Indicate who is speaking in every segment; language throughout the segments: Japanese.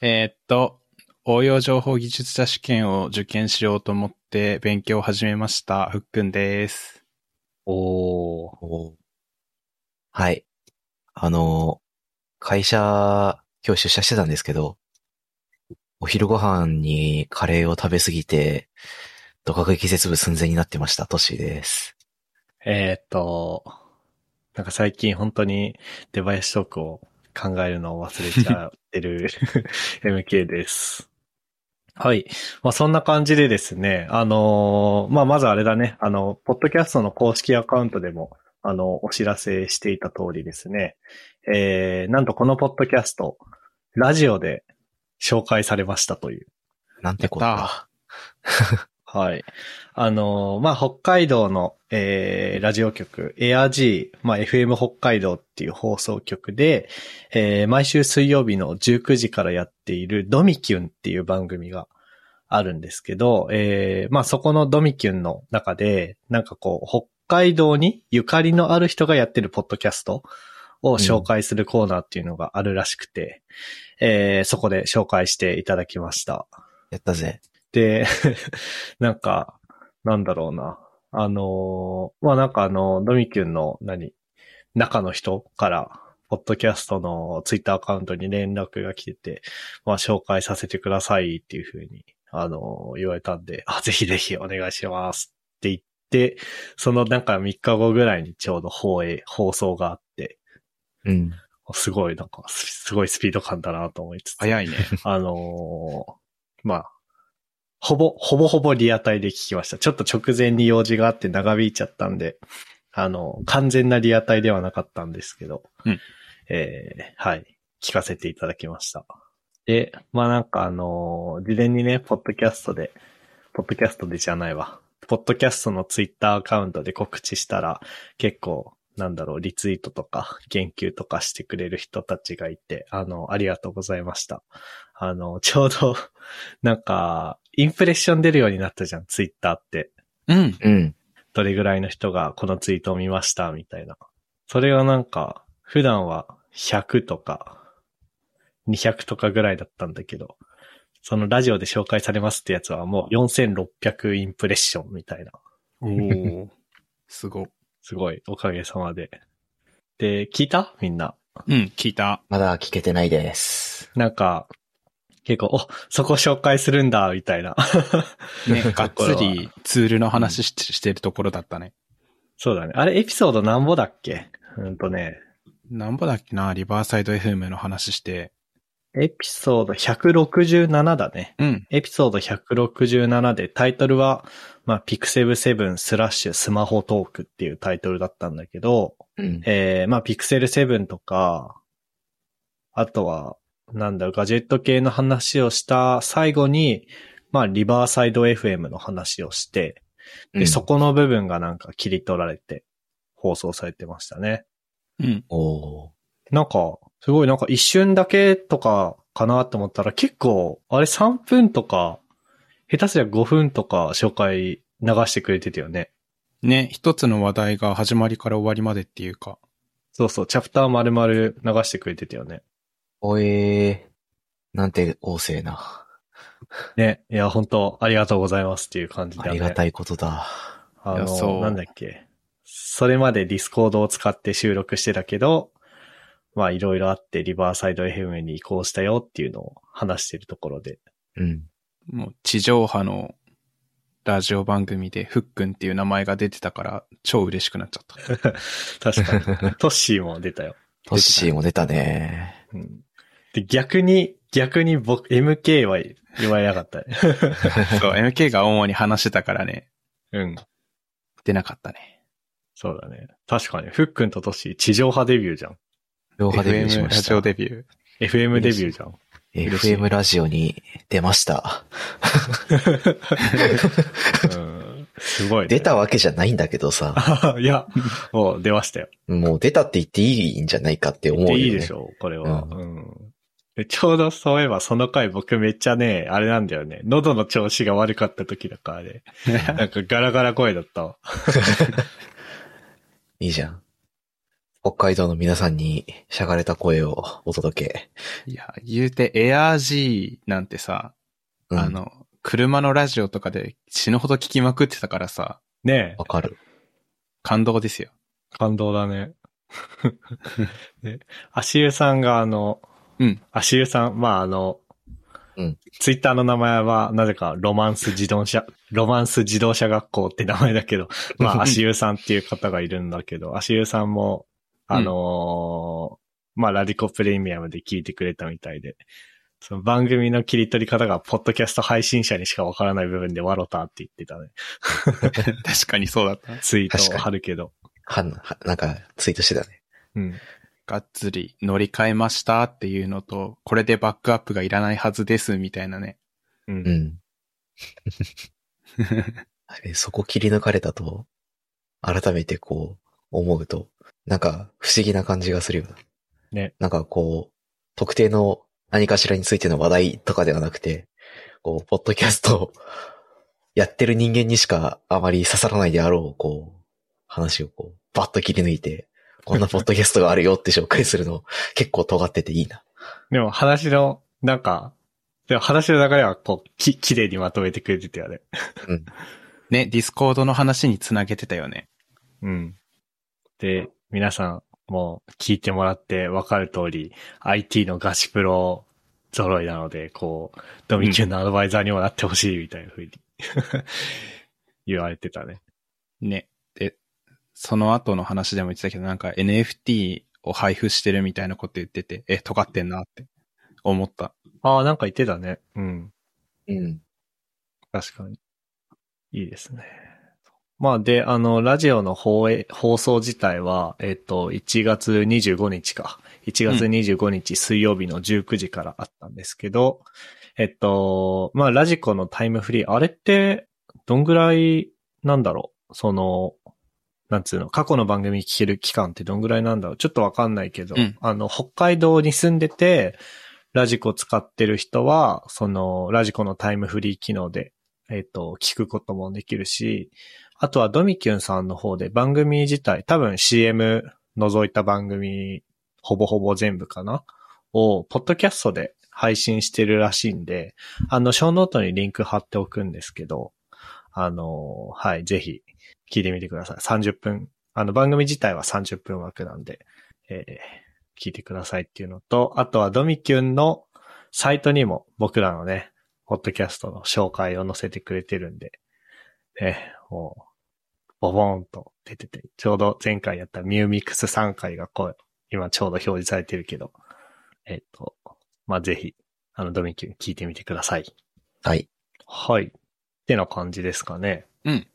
Speaker 1: えーっと、応用情報技術者試験を受験しようと思って勉強を始めました。ふっくんです。
Speaker 2: おー。
Speaker 3: おーはい。あのー、会社、今日出社してたんですけど、お昼ご飯にカレーを食べすぎて、土核季節部寸前になってました。トッシーです。
Speaker 1: えーっと、なんか最近本当に出囃子トークを考えるのを忘れちゃってる MK です。はい。まあそんな感じでですね、あのーまあまずあれだね、あの、ポッドキャストの公式アカウントでも、あの、お知らせしていた通りですね、えー、なんとこのポッドキャスト、ラジオで紹介されましたという。
Speaker 3: なんてことだ。
Speaker 1: はい。あのーまあ、北海道の、えー、ラジオ局、エア G、まあ、FM 北海道っていう放送局で、えー、毎週水曜日の19時からやっているドミキュンっていう番組があるんですけど、えー、まあ、そこのドミキュンの中で、なんかこう、北海道にゆかりのある人がやってるポッドキャストを紹介するコーナーっていうのがあるらしくて、えー、そこで紹介していただきました。
Speaker 3: やったぜ。
Speaker 1: で、 なんか、なんだろうな。あのーまあ、なんかあの、ドミキュンの、何、中の人から、ポッドキャストのツイッターアカウントに連絡が来てて、まあ、紹介させてくださいっていうふうに、あのー言われたんで、あ、ぜひぜひお願いしますって言って、そのなんか3日後ぐらいにちょうど放映、放送があって、
Speaker 3: うん。
Speaker 1: すごいなんか、すすごいスピード感だなと思いつつ。
Speaker 2: 早いね。
Speaker 1: あのーまあ、ほぼ、ほぼほぼリアタイで聞きました。ちょっと直前に用事があって長引いちゃったんで、あの、完全なリアタイではなかったんですけど、
Speaker 2: うん
Speaker 1: えーはい、聞かせていただきました。で、まあなんかあのー事前にね、ポッドキャストで、ポッドキャストでじゃないわ。ポッドキャストのツイッターアカウントで告知したら、結構、なんだろう、リツイートとか、言及とかしてくれる人たちがいて、あの、ありがとうございました。あの、ちょうど、 なんか、インプレッション出るようになったじゃん、ツイッターって。
Speaker 2: うん。
Speaker 3: うん。
Speaker 1: どれぐらいの人がこのツイートを見ました、みたいな。それがなんか、普段は100とか、200とかぐらいだったんだけど、そのラジオで紹介されますってやつはもう4600インプレッションみたいな。
Speaker 2: おー。すご。
Speaker 1: すごい、おかげさまで。で、聞いたみんな。
Speaker 2: うん、聞いた。
Speaker 3: まだ聞けてないです。
Speaker 1: なんか、結構、お、そこ紹介するんだ、みたいな。
Speaker 2: ね、がっつりツールの話ししてるところだったね。
Speaker 1: そうだね。あれ、エピソードなんぼだっけうんとね、
Speaker 2: なんぼだっけな、リバーサイド FM の話して。
Speaker 1: エピソード167だね。
Speaker 2: うん。
Speaker 1: エピソード167でタイトルは、まあ、ピクセブ7スラッシュスマホトークっていうタイトルだったんだけど、
Speaker 3: うん。
Speaker 1: えー、まあ、ピクセル7とか、あとは、なんだろう、ガジェット系の話をした最後に、まあ、リバーサイド FM の話をして、で、
Speaker 3: うん
Speaker 1: そこの部分がなんか切り取られて放送されてましたね。
Speaker 2: うん。
Speaker 3: おー
Speaker 1: なんか、すごいなんか一瞬だけとかかなと思ったら結構、あれ3分とか、下手すりゃ5分とか紹介流してくれてたよね。
Speaker 2: ね、一つの話題が始まりから終わりまでっていうか。
Speaker 1: そうそう、チャプター丸々流してくれてたよね。
Speaker 3: おえー。なんて旺盛な。
Speaker 1: ね。いや、本当ありがとうございますっていう感じだ
Speaker 3: あ
Speaker 1: ね。
Speaker 3: りがたいことだ。
Speaker 1: あ
Speaker 2: いやそ
Speaker 1: の、
Speaker 2: う
Speaker 1: なんだっけ。それまでディスコードを使って収録してたけど、まあいろいろあってリバーサイド FM に移行したよっていうのを話してるところで。
Speaker 3: うん。
Speaker 2: もう地上波のラジオ番組でふっくんっていう名前が出てたから超嬉しくなっちゃった。
Speaker 1: 確 かに。トッシーも出たよ。
Speaker 3: トッシーも出たね。
Speaker 1: うん。で、逆に、逆に僕、MK は言われなかったね。
Speaker 2: そう、MK が主に話してたからね、
Speaker 1: うん。
Speaker 2: 出なかったね。
Speaker 1: そうだね。確かに、ふっくんとトッシー、地上波デビューじゃん。
Speaker 3: 両派デビューし
Speaker 2: FM
Speaker 3: ま
Speaker 2: ラ
Speaker 3: し
Speaker 2: ジ
Speaker 3: た。
Speaker 2: オデビュー。
Speaker 1: FM デビューじゃん。
Speaker 2: 嬉しい
Speaker 3: FM ラジオに出ました。
Speaker 1: うん。すごい、ね。
Speaker 3: 出たわけじゃないんだけどさ、
Speaker 1: いや、もう出ましたよ。
Speaker 3: もう出たって言っていいんじゃないかって思うよ、ね。
Speaker 1: いいでしょう、これは。
Speaker 3: う
Speaker 1: うんでちょうどそういえばその回僕めっちゃね、あれなんだよね。喉の調子が悪かった時だからね。 なんかガラガラ声だったわ。
Speaker 3: いいじゃん。北海道の皆さんにしゃがれた声をお届け。
Speaker 2: いや、言うて、エアー G なんてさ、
Speaker 3: うん
Speaker 2: あ、の、車のラジオとかで死ぬほど聞きまくってたからさ、
Speaker 1: ねえ
Speaker 3: わ。かる。
Speaker 2: 感動です よ。
Speaker 1: 感動だね。 ね足湯さんがあの、
Speaker 2: うん
Speaker 1: 足湯さん、まああの、
Speaker 3: うん
Speaker 1: ツイッターの名前は、なぜか、ロマンス自動車、ロマンス自動車学校って名前だけど、まあ、足湯さんっていう方がいるんだけど、足湯さんも、あのーまあ、ラディコプレミアムで聞いてくれたみたいで、その番組の切り取り方が、ポッドキャスト配信者にしかわからない部分で笑ったって言ってたね。
Speaker 2: 確かにそうだった。
Speaker 1: ツイートを貼るけど。
Speaker 3: はん、はなんか、ツイートしてたね。
Speaker 1: うん。
Speaker 2: がっつり乗り換えましたっていうのと、これでバックアップがいらないはずですみたいな ね。
Speaker 1: うん
Speaker 3: う。ん。あれ、そこ切り抜かれたと、改めてこう、思うと、なんか、不思議な感じがするよな。
Speaker 1: ね。
Speaker 3: なんかこう、特定の何かしらについての話題とかではなくて、こう、ポッドキャストを やってる人間にしかあまり刺さらないであろう、こう、話をこう、バッと切り抜いて、こ んなポッドキャストがあるよって紹介するの、結構尖ってていいな。
Speaker 1: でも話の、なんか、でも話の流れはこう、き、綺麗にまとめてくれてたよね。
Speaker 2: ね、ディスコードの話につなげてたよね。
Speaker 1: うん。で、皆さんもう聞いてもらってわかる通り、IT のガチプロ揃いなので、こう、ドミキュンのアドバイザーにもなってほしいみたいな風に 言われてたね。
Speaker 2: ね。で、その後の話でも言ってたけど、なんか NFT を配布してるみたいなこと言ってて、え、尖ってんなって思った。
Speaker 1: ああ、なんか言ってたね。うん。
Speaker 3: うん。
Speaker 1: 確かに。いいですね。まあで、あの、ラジオの放映、放送自体は、えっと、1月25日か。1月
Speaker 2: うん
Speaker 1: 25日水曜日の19時からあったんですけど、えっと、まあラジコのタイムフリー、あれって、どんぐらい、なんだろう、その、なんつうの、過去の番組聞ける期間ってどんぐらいなんだろう、ちょっとわかんないけど、
Speaker 2: うん
Speaker 1: あの、北海道に住んでて、ラジコ使ってる人は、その、ラジコのタイムフリー機能で、えっ、と、聞くこともできるし、あとはドミキュンさんの方で番組自体、多分 CM 除いた番組、ほぼほぼ全部かなを、ポッドキャストで配信してるらしいんで、あの、ショーノートにリンク貼っておくんですけど、あの、はい、ぜひ、聞いてみてください。30分。あの、番組自体は30分枠なんで、えー聞いてくださいっていうのと、あとはドミキュンのサイトにも僕らのね、ポッドキャストの紹介を載せてくれてるんで、えーもう、ボボーンと出てて、ちょうど前回やったミューミックス3回がこう、今ちょうど表示されてるけど、えっ、と、まあ、ぜひ、あの、ドミキュン聞いてみてください。
Speaker 3: はい。
Speaker 1: はい。ってな感じですかね。
Speaker 2: うん。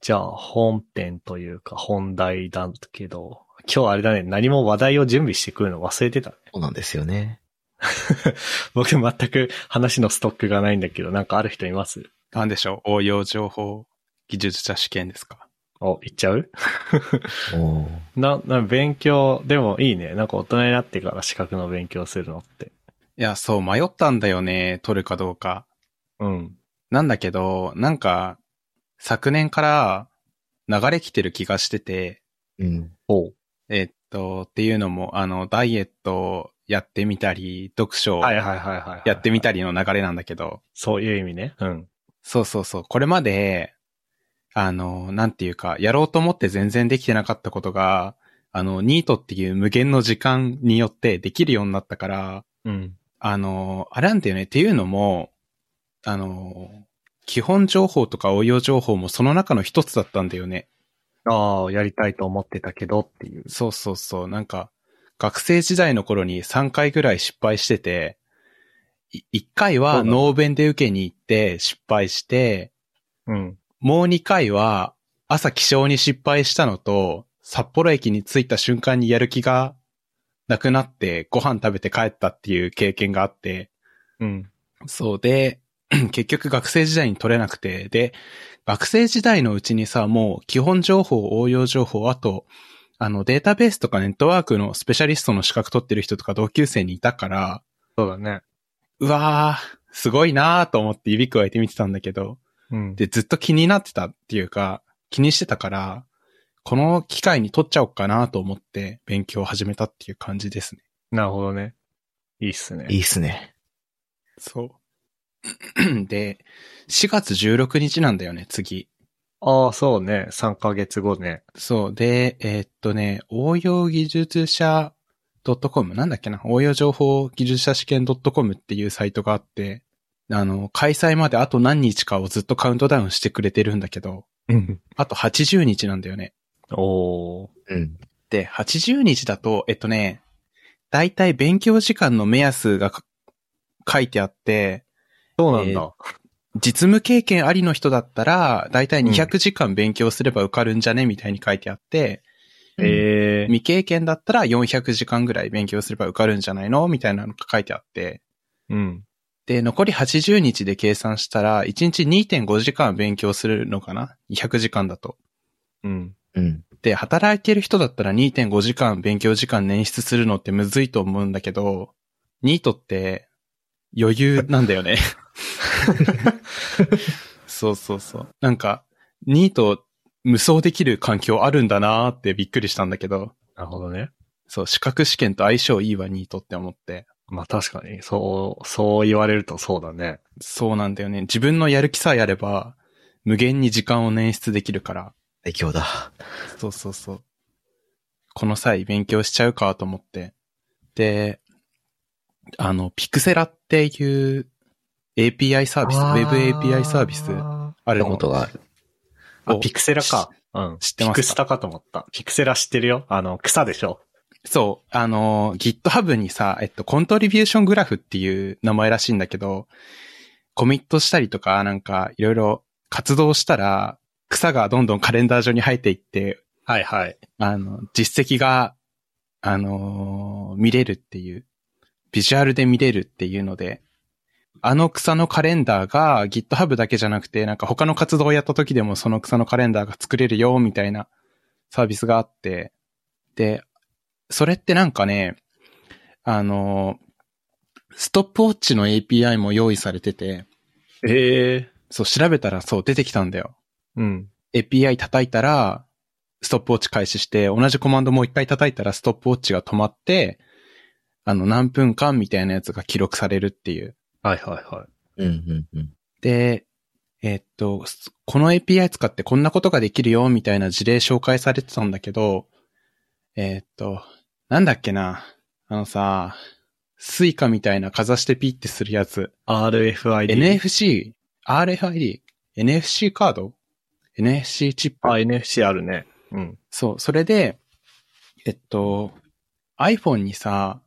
Speaker 1: じゃあ、本編というか、本題だけど、今日あれだね、何も話題を準備してくるの忘れてたね。
Speaker 3: そうなんですよね。
Speaker 1: 僕全く話のストックがないんだけど、なんかある人います
Speaker 2: なんでしょう応用情報技術者試験ですか
Speaker 1: お、行っちゃう
Speaker 3: おー
Speaker 1: な、な、勉強、でもいいね。なんか大人になってから資格の勉強するのって。
Speaker 2: いや、そう、迷ったんだよね。取るかどうか。
Speaker 1: うん。
Speaker 2: なんだけど、なんか、昨年から流れ来てる気がしてて、
Speaker 3: うん。
Speaker 1: おう
Speaker 2: えっと、っていうのも、あの、ダイエットをやってみたり、読書を
Speaker 1: はいはいはいはい、はい。
Speaker 2: やってみ
Speaker 1: い。
Speaker 2: たりの流れなんだけど、
Speaker 1: そういう意味ね。うん。
Speaker 2: そうそうそう。これまで、あの、なんていうか、やろうと思って全然できてなかったことが、あの、ニートっていう無限の時間によってできるようになったから、
Speaker 1: うん。
Speaker 2: あの、あれなんだよね。っていうのも、あの、基本情報とか応用情報もその中の一つだったんだよね。
Speaker 1: ああ、やりたいと思ってたけどっていう。
Speaker 2: そうそうそう。なんか、学生時代の頃に3回ぐらい失敗してて、1回
Speaker 1: そう
Speaker 2: は
Speaker 1: なんだ
Speaker 2: ノーベンで受けに行って失敗して、
Speaker 1: うん。
Speaker 2: もう2回は朝起床に失敗したのと、札幌駅に着いた瞬間にやる気がなくなってご飯食べて帰ったっていう経験があって、
Speaker 1: うん。
Speaker 2: そうで、 結局学生時代に取れなくて、で、学生時代のうちにさ、もう基本情報、応用情報、あと、あのデータベースとかネットワークのスペシャリストの資格取ってる人とか同級生にいたから、
Speaker 1: そうだね。
Speaker 2: うわー、すごいなーと思って指加えて見てたんだけど、
Speaker 1: うん。
Speaker 2: で、ずっと気になってたっていうか、気にしてたから、この機会に取っちゃおうかなと思って勉強を始めたっていう感じですね。
Speaker 1: なるほどね。いいっすね。
Speaker 3: いいっすね。
Speaker 2: そう。 で、4月16日なんだよね、次。
Speaker 1: ああ、そうね。3ヶ月後ね。
Speaker 2: そう。で、えーっとね、応用技術者 .com なんだっけな応用情報技術者試験 .com っていうサイトがあって、あの、開催まであと何日かをずっとカウントダウンしてくれてるんだけど、
Speaker 1: うん。
Speaker 2: あと80日なんだよね。
Speaker 1: おー。
Speaker 3: うん。
Speaker 2: で、80日だと、えっとね、だいたい勉強時間の目安がか書いてあって、
Speaker 1: そうなんだ。
Speaker 2: え実務経験ありの人だったら、だいたい200時間勉強すれば受かるんじゃねみたいに書いてあって、
Speaker 1: えー
Speaker 2: 未経験だったら400時間ぐらい勉強すれば受かるんじゃないのみたいなのが書いてあって。
Speaker 1: うん。
Speaker 2: で、残り80日で計算したら、1日2.5時間勉強するのかな ?200 時間だと。
Speaker 1: うん。
Speaker 3: うん。
Speaker 2: で、働いてる人だったら2.5時間勉強時間捻出するのってむずいと思うんだけど、ニートって余裕なんだよね。そうそうそう。なんか、ニート無双できる環境あるんだなーってびっくりしたんだけど。
Speaker 1: なるほどね。
Speaker 2: そう、資格試験と相性いいわ、ニートって思って。
Speaker 1: まあ確かに、そう、そう言われるとそうだね。
Speaker 2: そうなんだよね。自分のやる気さえあれば、無限に時間を捻出できるから。
Speaker 3: 最強だ。
Speaker 2: そうそうそう。この際勉強しちゃうかと思って。で、あの、ピクセラっていう API サービス、ウェブ API サービス、あ
Speaker 3: あ
Speaker 2: る
Speaker 3: る
Speaker 2: の
Speaker 3: ことがある。
Speaker 1: あ、
Speaker 2: を
Speaker 1: ピクセラか。うん。
Speaker 2: 知ってますか
Speaker 1: ピクスタかと思った。ピクセラ知ってるよ。あの、草でしょ。
Speaker 2: そう、あの、GitHub にさ、えっと、コントリビューショングラフっていう名前らしいんだけど、コミットしたりとか、なんか、いろいろ活動したら、草がどんどんカレンダー上に生えていって、
Speaker 1: はいはい。
Speaker 2: あの、実績が、あのー見れるっていう、ビジュアルで見れるっていうので、あの草のカレンダーが GitHub だけじゃなくて、なんか他の活動をやった時でもその草のカレンダーが作れるよ、みたいなサービスがあって、で、それってなんかね、あのーストップウォッチの API も用意されてて、
Speaker 1: ええ
Speaker 2: そう調べたらそう出てきたんだよ。
Speaker 1: うん。
Speaker 2: API 叩いたら、ストップウォッチ開始して、同じコマンドもう一回叩いたらストップウォッチが止まって、あの、何分間みたいなやつが記録されるっていう。
Speaker 1: はいはいはい。
Speaker 3: うんうんうん。
Speaker 2: で、えっと、すこの API 使ってこんなことができるよ、みたいな事例紹介されてたんだけど、えっと、なんだっけな。あのさ、スイカみたいなかざしてピッてするやつ。
Speaker 1: RFID。
Speaker 2: NFC、RFID、NFC カード ?NFC チップ
Speaker 1: あ、NFC あるね。うん。
Speaker 2: そう、それで、えっと、iPhone にさ、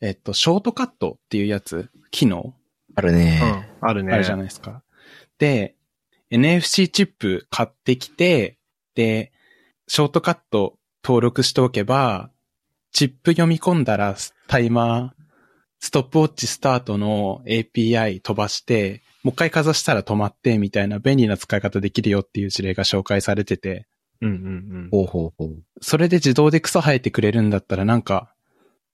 Speaker 2: えっと、ショートカットっていうやつ、機能
Speaker 3: あるね
Speaker 1: う。ん。あるね。
Speaker 2: あるじゃないですか。で、NFC チップ買ってきて、で、ショートカット登録しておけば、チップ読み込んだらスタイマー、ストップウォッチスタートの API 飛ばして、もう一回かざしたら止まってみたいな便利な使い方できるよっていう事例が紹介されてて、
Speaker 1: うんうんうん。
Speaker 3: ほうほうほう。
Speaker 2: それで自動で草生えてくれるんだったらなんか、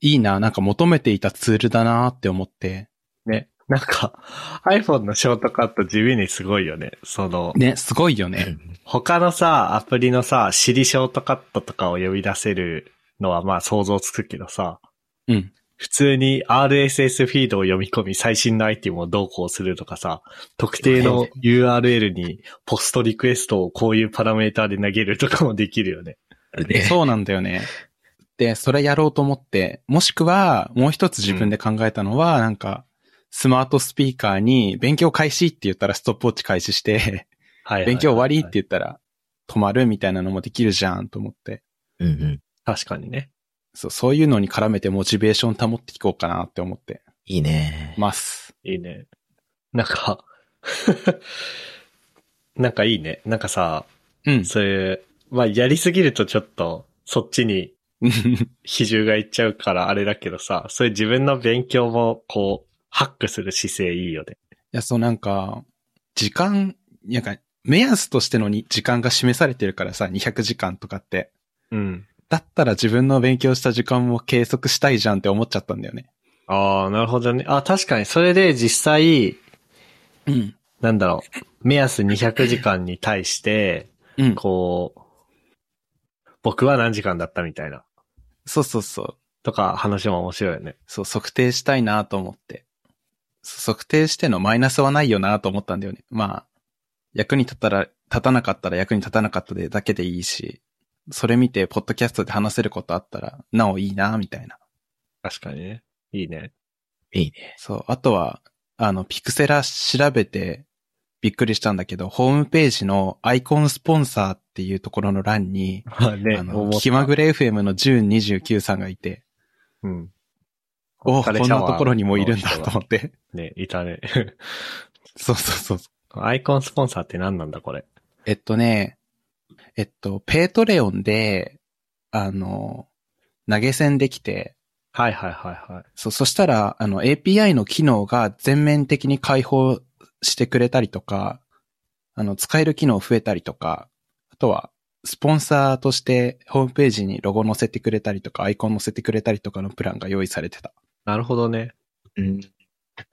Speaker 2: いいな、なんか求めていたツールだなって思って。
Speaker 1: ね。なんか、iPhone のショートカット地味にすごいよね。その、
Speaker 2: ね、すごいよね。
Speaker 1: 他のさ、アプリのさ、Siri ショートカットとかを呼び出せるのはまあ想像つくけどさ、
Speaker 2: うん。
Speaker 1: 普通に RSS フィードを読み込み最新のアイテムをどうこうするとかさ、特定の URL にポストリクエストをこういうパラメーターで投げるとかもできるよね。
Speaker 3: あるね。
Speaker 2: そうなんだよね。で、それやろうと思って、もしくは、もう一つ自分で考えたのは、なんか、スマートスピーカーに、勉強開始って言ったらストップウォッチ開始して、
Speaker 1: はいはいはいはい
Speaker 2: 勉強終わりって言ったら止まるみたいなのもできるじゃんと思って。
Speaker 3: うんうん。
Speaker 1: 確かにね。
Speaker 2: そう、そういうのに絡めてモチベーション保っていこうかなって思って
Speaker 3: いいね。
Speaker 2: ます。
Speaker 1: いいね。なんか、なんかいいね。なんかさ、
Speaker 2: うん。
Speaker 1: そういう、まあやりすぎるとちょっと、そっちに比重がいっちゃうからあれだけどさ、そういう自分の勉強もこう、ハックする姿勢いいよね。
Speaker 2: いや、そうなんか、時間、なんか、目安としてのに時間が示されてるからさ、200時間とかって。
Speaker 1: うん。
Speaker 2: だったら自分の勉強した時間も計測したいじゃんって思っちゃったんだよね。
Speaker 1: ああ、なるほどね。あ、確かに。それで実際、
Speaker 2: うん。
Speaker 1: なんだろう、目安200時間に対して、
Speaker 2: うん。
Speaker 1: こう、僕は何時間だったみたいな、
Speaker 2: そうそうそう。
Speaker 1: とか話も面白いよね。
Speaker 2: そう、測定したいなと思って。そう測定してのマイナスはないよなと思ったんだよね。まあ、役に立ったら、立たなかったら役に立たなかったでだけでいいし、それ見て、ポッドキャストで話せることあったら、なおいいなみたいな。
Speaker 1: 確かにね。いいね。
Speaker 3: いいね。
Speaker 2: そう、あとは、あの、ピクセラ調べて、びっくりしたんだけど、ホームページのアイコンスポンサーっていうところの欄に、
Speaker 1: まあね、
Speaker 2: あの、
Speaker 1: 思った
Speaker 2: 気まぐれ FM の1029さんがいて、
Speaker 1: うん。
Speaker 2: お
Speaker 1: お
Speaker 2: こ
Speaker 1: 疲
Speaker 2: ん
Speaker 1: れ
Speaker 2: な
Speaker 1: 様
Speaker 2: ところにもいるんだ
Speaker 1: の
Speaker 2: と
Speaker 1: 人が
Speaker 2: 思って。
Speaker 1: ね、いたね。
Speaker 2: そうそうそう。
Speaker 1: アイコンスポンサーって何なんだこれ。
Speaker 2: えっとね、えっと、ペートレオンで、あの、投げ銭できて、
Speaker 1: はいはいはいはい。
Speaker 2: そ、そしたら、あの、API の機能が全面的に開放してくれたりとか、あの、使える機能増えたりとか、あとは、スポンサーとしてホームページにロゴ載せてくれたりとか、アイコン載せてくれたりとかのプランが用意されてた。
Speaker 1: なるほどね。
Speaker 3: うん。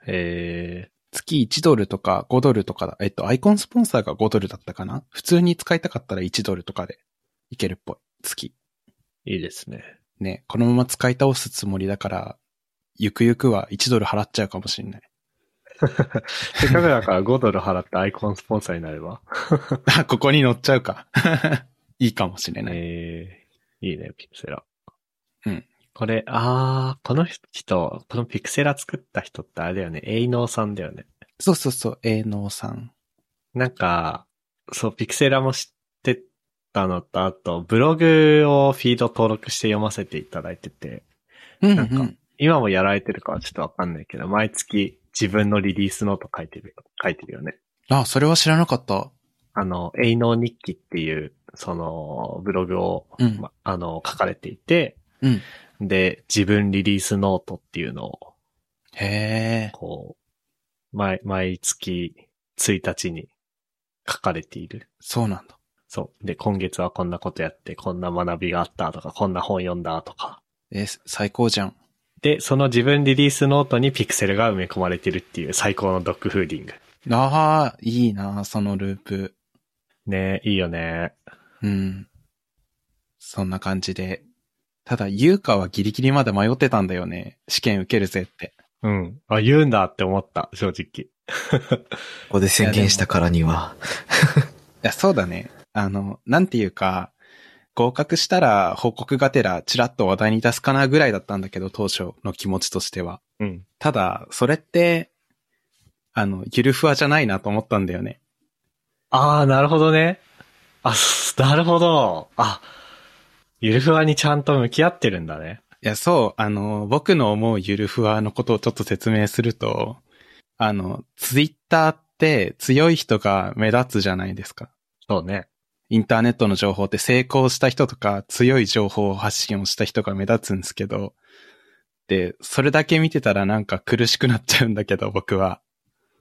Speaker 1: え
Speaker 2: 月1ドルとか5ドルとかだ、えっと、アイコンスポンサーが5ドルだったかな普通に使いたかったら1ドルとかでいけるっぽい。月。
Speaker 1: ー、いいですね。
Speaker 2: ね、このまま使い倒すつもりだから、ゆくゆくは1ドル払っちゃうかもしれない。
Speaker 1: せっかくだから5ドル払ってアイコンスポンサーになれば。
Speaker 2: あ、ここに乗っちゃうか。 いいかもしれない。
Speaker 1: えー、いいね、ピクセラ。
Speaker 2: うん。
Speaker 1: これ、あー、この人、このピクセラ作った人ってあれだよね、エイノーさんだよね。
Speaker 2: そうそうそう、営農さん。
Speaker 1: なんか、そう、ピクセラも知ってたのと、あと、ブログをフィード登録して読ませていただいてて、
Speaker 2: うん、うん。
Speaker 1: なんか今もやられてるかはちょっとわかんないけど、毎月自分のリリースノート書いてるよ、書いてるよね。
Speaker 2: あ、それは知らなかった。
Speaker 1: あの、営農日記っていう、その、ブログを、
Speaker 2: うん
Speaker 1: まあの、書かれていて、
Speaker 2: うん。
Speaker 1: で、自分リリースノートっていうのを、
Speaker 2: へえ。
Speaker 1: こう、毎、毎月1日に書かれている。
Speaker 2: そうなんだ。
Speaker 1: そう。で、今月はこんなことやって、こんな学びがあったとか、こんな本読んだとか。
Speaker 2: えー、最高じゃん。
Speaker 1: で、その自分リリースノートにピクセルが埋め込まれてるっていう最高のドッグフーディング。
Speaker 2: ああ、いいな、そのループ。
Speaker 1: ねいいよね。
Speaker 2: うん。そんな感じで。ただ、優香はギリギリまで迷ってたんだよね。試験受けるぜって。
Speaker 1: うん。あ、言うんだって思った、正直。
Speaker 3: ここで宣言したからには。
Speaker 2: いや、そうだね。あの、なんていうか、合格したら報告がてらチラッと話題に出すかなぐらいだったんだけど、当初の気持ちとしては。
Speaker 1: うん。
Speaker 2: ただ、それって、あの、ゆるふわじゃないなと思ったんだよね。
Speaker 1: あー、なるほどね。あ、すなるほど。あ、ゆるふわにちゃんと向き合ってるんだね。
Speaker 2: いや、そう、あの、僕の思うゆるふわのことをちょっと説明すると、あの、ツイッターって強い人が目立つじゃないですか。
Speaker 1: そうね。
Speaker 2: インターネットの情報って成功した人とか強い情報を発信をした人が目立つんですけど、で、それだけ見てたらなんか苦しくなっちゃうんだけど、 僕は。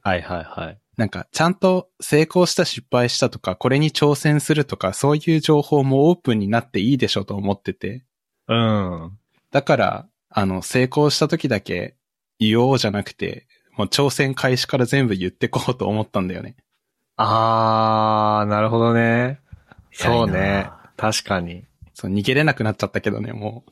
Speaker 1: はいはいはい。
Speaker 2: なんか、ちゃんと成功した失敗したとか、これに挑戦するとか、そういう情報もオープンになっていいでしょと思ってて。
Speaker 1: うん。
Speaker 2: だから、あの、成功した時だけ言おうじゃなくて、もう挑戦開始から全部言ってこうと思ったんだよね。
Speaker 1: あー、なるほどね。そう
Speaker 3: 偉い
Speaker 1: ね
Speaker 3: な。。
Speaker 1: 確かに。
Speaker 2: そう、逃げれなくなっちゃったけどね、も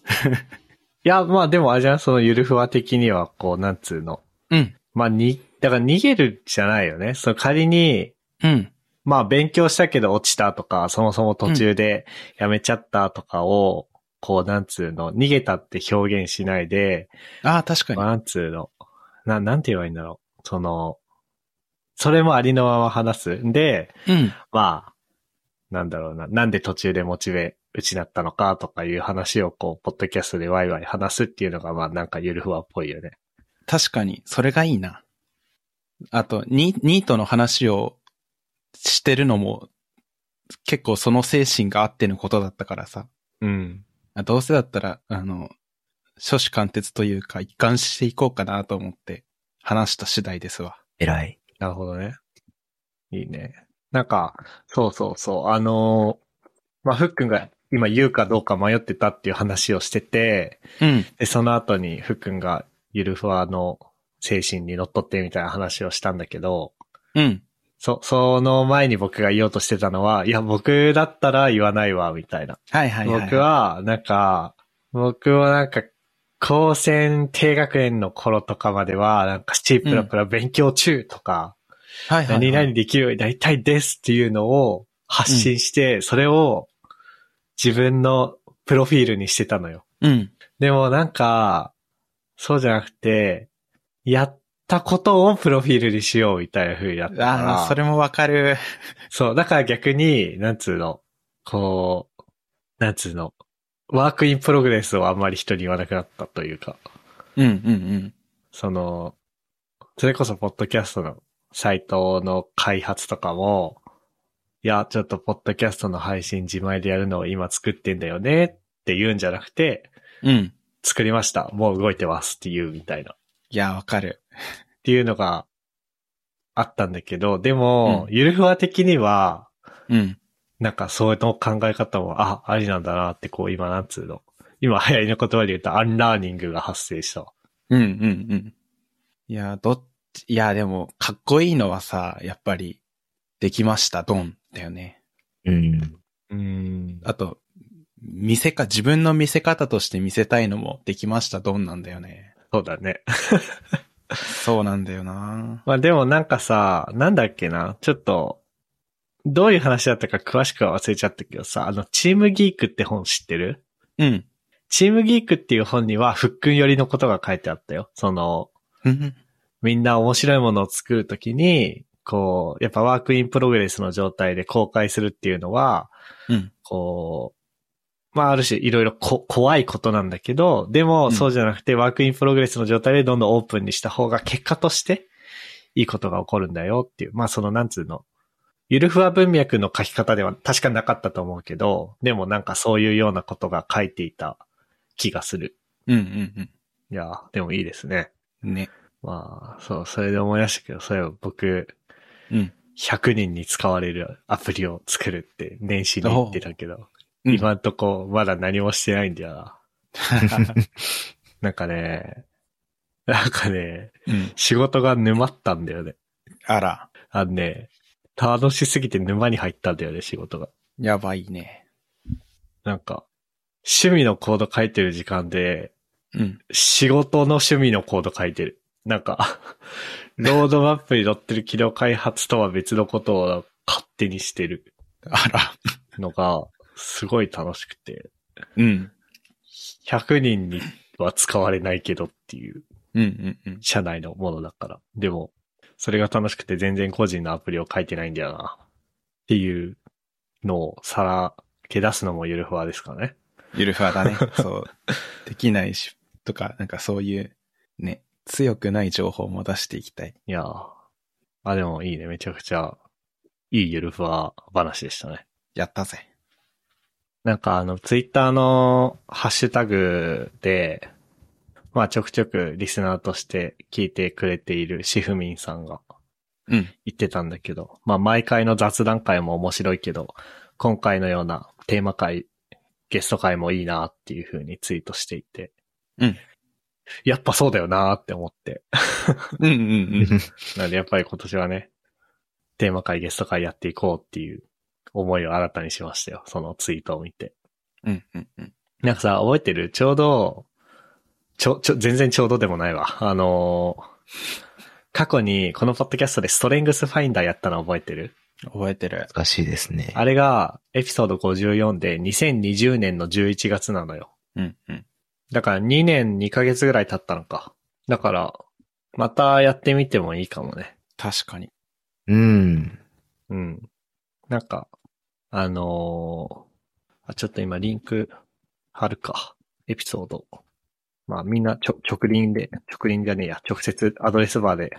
Speaker 1: いや、まあでもあれじゃん、そのゆるふわ的には、こう、なんつうの。
Speaker 2: う。うん。
Speaker 1: まあに、だから逃げるじゃないよね。その仮に、
Speaker 2: うん。
Speaker 1: まあ勉強したけど落ちたとか、そもそも途中でやめちゃったとかを、こう、なんつうの、逃げたって表現しないで、
Speaker 2: ああ、確かに
Speaker 1: まあ。なんつうの、な、なんて言えばいいんだろう。その、それもありのまま話す。んで、
Speaker 2: うん。
Speaker 1: まあ、なんだろうな、なんで途中でモチベ失ったのかとかいう話をこう、ポッドキャストでワイワイ話すっていうのが、まあなんかゆるふわっぽいよね。
Speaker 2: 確かに、それがいいな。あと、ニニートの話をしてるのも、結構その精神があってのことだったからさ。
Speaker 1: うん。
Speaker 2: あどうせだったら、あの、諸子貫徹というか一貫していこうかなと思って話した次第ですわ。
Speaker 3: 偉い。
Speaker 1: なるほどね。いいね。なんか、そうそうそう。あのーまあ、ふっくんが今言うかどうか迷ってたっていう話をしてて、
Speaker 2: うん。
Speaker 1: で、その後にふっくんがゆるふわの精神にのっとってみたいな話をしたんだけど、
Speaker 2: うん。
Speaker 1: そ、その前に僕が言おうとしてたのは、いや、僕だったら言わないわ、みたいな。
Speaker 2: はいはいはい。
Speaker 1: 僕は、なんか、僕はなんか、高専低学年の頃とかまでは、なんか、シープラプラ勉強中とか、
Speaker 2: はいはいはい、
Speaker 1: 何々できるようになりたいですっていうのを発信して、それを自分のプロフィールにしてたのよ。
Speaker 2: うん。
Speaker 1: でもなんか、そうじゃなくて、やったことをプロフィールにしようみたいな風になったから。
Speaker 2: ああ、それもわかる。
Speaker 1: そう、だから逆に、なんつうの、こう、なんつうの、ワークインプログレスをあんまり人に言わなくなったというか、
Speaker 2: うんうんうん。
Speaker 1: その、それこそポッドキャストのサイトの開発とかも、いや、ちょっとポッドキャストの配信自前でやるのを今作ってんだよねって言うんじゃなくて、
Speaker 2: うん。
Speaker 1: 作りました。もう動いてますっていうみたいな。
Speaker 2: いや、わかる。
Speaker 1: っていうのがあったんだけど、でも、ゆるふわ的には、
Speaker 2: うん。
Speaker 1: なんかそういうの考え方も、あ、ありなんだなって、こう今なんつうの。今流行りの言葉で言うと、アンラーニングが発生したわ。
Speaker 2: うんうんうん。いや、どっち、いや、でも、かっこいいのはさ、やっぱり、できました、ドン、だよね。
Speaker 3: うん。
Speaker 1: うん
Speaker 2: あと、見せか、自分の見せ方として見せたいのも、できました、ドンなんだよね。
Speaker 1: そうだね。
Speaker 2: そうなんだよな
Speaker 1: まあでもなんかさ、なんだっけな、ちょっと、どういう話だったか詳しくは忘れちゃったけどさ、あの、チームギークって本知ってる
Speaker 2: うん。
Speaker 1: チームギークっていう本には、ふっくん寄りのことが書いてあったよ。その、
Speaker 2: うん
Speaker 1: みんな面白いものを作るときに、こう、やっぱワークインプログレスの状態で公開するっていうのは、
Speaker 2: うん。
Speaker 1: こう、まあある種いろいろこ怖いことなんだけど、でも
Speaker 2: うん
Speaker 1: そうじゃなくてワークインプログレスの状態でどんどんオープンにした方が結果としていいことが起こるんだよっていう、まあそのなんつうの、ゆるふわ文脈の書き方では確かなかったと思うけど、でもなんかそういうようなことが書いていた気がする。
Speaker 2: うんうん
Speaker 1: いやー、でもいいですね。
Speaker 2: うん。ね。
Speaker 1: まあ、そう、それで思い出したけど、それを僕、
Speaker 2: うん。
Speaker 1: 100人に使われるアプリを作るって年始に言ってたけど、
Speaker 2: うん
Speaker 1: 今んとこまだ何もしてないんだよな。なんかね、なんかね、
Speaker 2: うん。
Speaker 1: 仕事が沼ったんだよね。
Speaker 2: あら、
Speaker 1: あのね、楽しすぎて沼に入ったんだよね、仕事が。
Speaker 2: やばいね。
Speaker 1: なんか、趣味のコード書いてる時間で、
Speaker 2: うん。
Speaker 1: 仕事の趣味のコード書いてる。なんか、ロードマップに載ってる機能開発とは別のことを勝手にしてる
Speaker 2: あら、
Speaker 1: のが、すごい楽しくて、
Speaker 2: うん。
Speaker 1: 100人には使われないけどっていう、
Speaker 2: うんうんうん。
Speaker 1: 社内のものだから。でも、それが楽しくて全然個人のアプリを書いてないんだよな。っていうのをさらけ出すのもゆるふわですかね。
Speaker 2: ゆるふわだね。そう。できないし、とか、なんかそういう、ね、強くない情報も出していきたい。
Speaker 1: いやーあ、でもいいね。めちゃくちゃ、いいゆるふわ話でしたね。
Speaker 2: やったぜ。
Speaker 1: なんかあの、ツイッターのハッシュタグで、まあちょくちょくリスナーとして聞いてくれているシフミンさんが
Speaker 2: うん。
Speaker 1: 言ってたんだけど、まあ毎回の雑談会も面白いけど、今回のようなテーマ会、ゲスト会もいいなっていう風にツイートしていて、
Speaker 2: うん。
Speaker 1: やっぱそうだよなって思って。
Speaker 2: うんうんうん。
Speaker 1: なんでやっぱり今年はね、テーマ会、ゲスト会やっていこうっていう思いを新たにしましたよ。そのツイートを見て。
Speaker 2: うんうんうん。
Speaker 1: なんかさ、覚えてるちょうど、ちょ、ちょ、全然ちょうどでもないわ。あのー過去にこのポッドキャストでストレングスファインダーやったの覚えてる
Speaker 2: 覚えてる。
Speaker 3: 難しいですね。
Speaker 1: あれがエピソード54で2020年の11月なのよ。
Speaker 2: うんうん。
Speaker 1: だから2年2ヶ月ぐらい経ったのか。だから、またやってみてもいいかもね。
Speaker 2: 確かに。
Speaker 3: うん。
Speaker 1: うん。なんか、あのーあ、ちょっと今リンク貼るか。エピソード。まあみんなちょ直輪で、直輪じゃねえや、直接アドレスバーで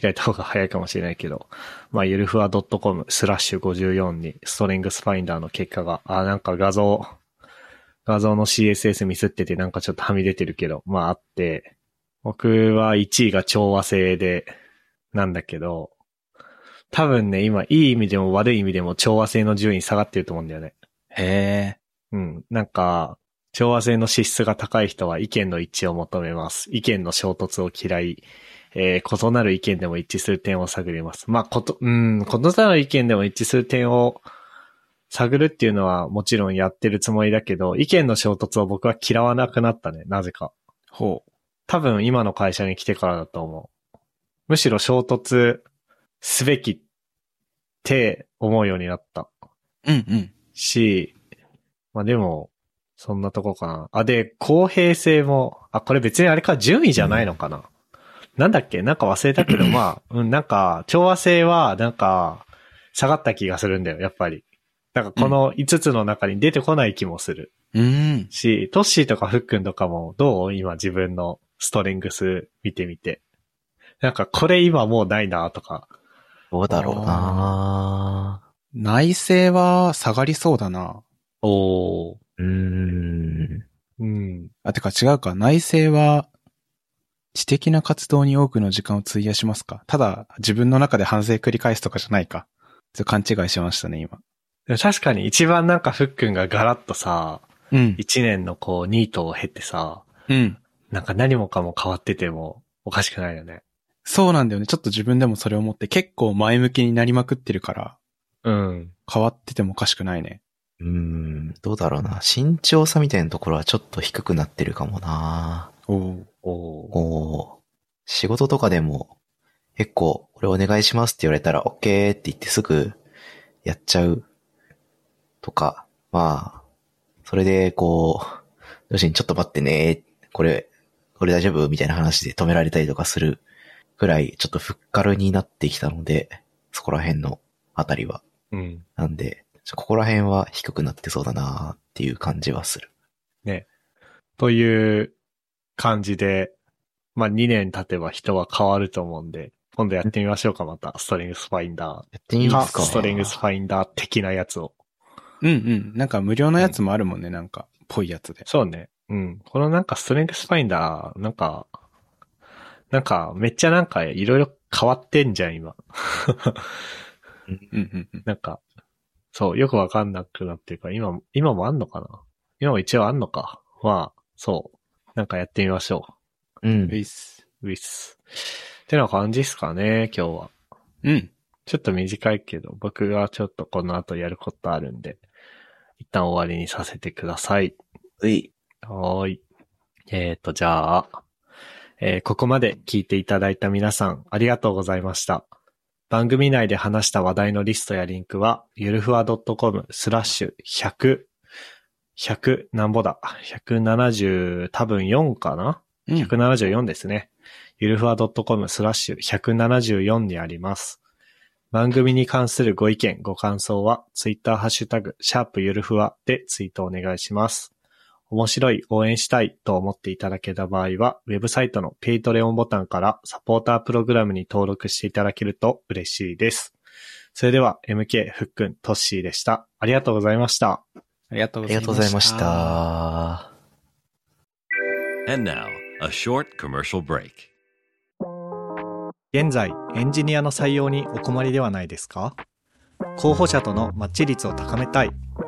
Speaker 1: 開いた方が早いかもしれないけど、まあゆるふわ .com スラッシュ54にストレングスファインダーの結果が、あ、なんか画像、画像の CSS ミスっててなんかちょっとはみ出てるけど、まああって、僕は1位が調和性で、なんだけど、多分ね、今、いい意味でも悪い意味でも調和性の順位下がってると思うんだよね。
Speaker 2: へえ。
Speaker 1: うん。なんか、調和性の資質が高い人は意見の一致を求めます。意見の衝突を嫌い、えー異なる意見でも一致する点を探ります。まあ、こと、うん、異なる意見でも一致する点を探るっていうのはもちろんやってるつもりだけど、意見の衝突を僕は嫌わなくなったね、なぜか。
Speaker 2: ほう。
Speaker 1: 多分今の会社に来てからだと思う。むしろ衝突すべきって思うようになった
Speaker 2: うんうん。
Speaker 1: し、まあでも、そんなとこかな。あ、で、公平性も、あ、これ別にあれか、順位じゃないのかな。なんだっけなんか忘れたけ ど、まあ、うん、なんか、調和性は、なんか、下がった気がするんだよ、やっぱり。なんかこの5つの中に出てこない気もする。
Speaker 2: うーん。
Speaker 1: し、トッシーとかフックンとかもどう今自分のストレングス見てみて。なんかこれ今もうないなとか。
Speaker 3: どうだろうな
Speaker 2: 内政は下がりそうだな。
Speaker 1: お
Speaker 3: うーん。
Speaker 1: うん。
Speaker 2: あ、てか違うか。内政は、知的な活動に多くの時間を費やしますかただ、自分の中で反省繰り返すとかじゃないか。ちょっと勘違いしましたね、今。
Speaker 1: でも確かに一番なんかフックンがガラッとさ、
Speaker 2: うん。
Speaker 1: 一年のこうニートを経てさ、
Speaker 2: うん。
Speaker 1: なんか何もかも変わっててもおかしくないよね。
Speaker 2: そうなんだよね。ちょっと自分でもそれを思って結構前向きになりまくってるから、
Speaker 1: うん。
Speaker 2: 変わっててもおかしくないね。
Speaker 3: うーん。どうだろうな慎重さみたいなところはちょっと低くなってるかもな
Speaker 2: おお。
Speaker 1: おー
Speaker 3: お仕事とかでも、結構、これお願いしますって言われたら、OK って言ってすぐ、やっちゃう。とか、まあ、それで、こう、よし、ちょっと待ってね、これ、これ大丈夫みたいな話で止められたりとかするくらい、ちょっとふっかるになってきたので、そこら辺のあたりは。
Speaker 1: うん。
Speaker 3: なんで、ここら辺は低くなってそうだなっていう感じはする。
Speaker 1: という感じで、まあ2年経てば人は変わると思うんで、今度やってみましょうか、また。ストレングスファインダ
Speaker 3: やってみ
Speaker 1: ー。
Speaker 3: ま
Speaker 1: か
Speaker 3: すか
Speaker 1: ストレングスファインダー的なやつを。
Speaker 2: うんうん。なんか無料のやつもあるもんね、なんか、ぽいやつで。
Speaker 1: そうね。うん。このなんかストレングスファインダー、なんか、なんかめっちゃなんかいろいろ変わってんじゃん、今。
Speaker 2: うんうんうん。
Speaker 1: なんか、そう、よくわかんなくなってるから、今も、今もあんのかな今も一応あんのか。まあ、そう。なんかやってみましょ
Speaker 3: うん
Speaker 2: う。いっす。
Speaker 1: う。ウィス。ってな感じですかね、今日は。
Speaker 2: うん。
Speaker 1: ちょっと短いけど、僕がちょっとこの後やることあるんで、一旦終わりにさせてください。
Speaker 3: うい。
Speaker 1: はーい。えっ、ー、と、じゃあ、えーここまで聞いていただいた皆さん、ありがとうございました。番組内で話した話題のリストやリンクは、ゆるふわ .com スラッシュ100、100、なんぼだ、170、多分4かな
Speaker 2: うん。
Speaker 1: 174ですね。ゆるふわ .com スラッシュ174にあります。番組に関するご意見、ご感想は、ツイッターハッシュタグ、シャープゆるふわでツイートお願いします。面白い、応援したいと思っていただけた場合は、ウェブサイトのペイトレオンボタンからサポータープログラムに登録していただけると嬉しいです。それでは、MK、ふっくん、トッシーでした。ありがとうございました。
Speaker 2: ありがとう
Speaker 3: あ
Speaker 2: ご
Speaker 3: り
Speaker 2: ざい
Speaker 3: が
Speaker 2: まし
Speaker 3: と
Speaker 2: た。
Speaker 3: うございました。
Speaker 4: And now, a short commercial break.
Speaker 1: 現在エンジニアの採用にお困りではないですか候補者とのマッチ率を高めたい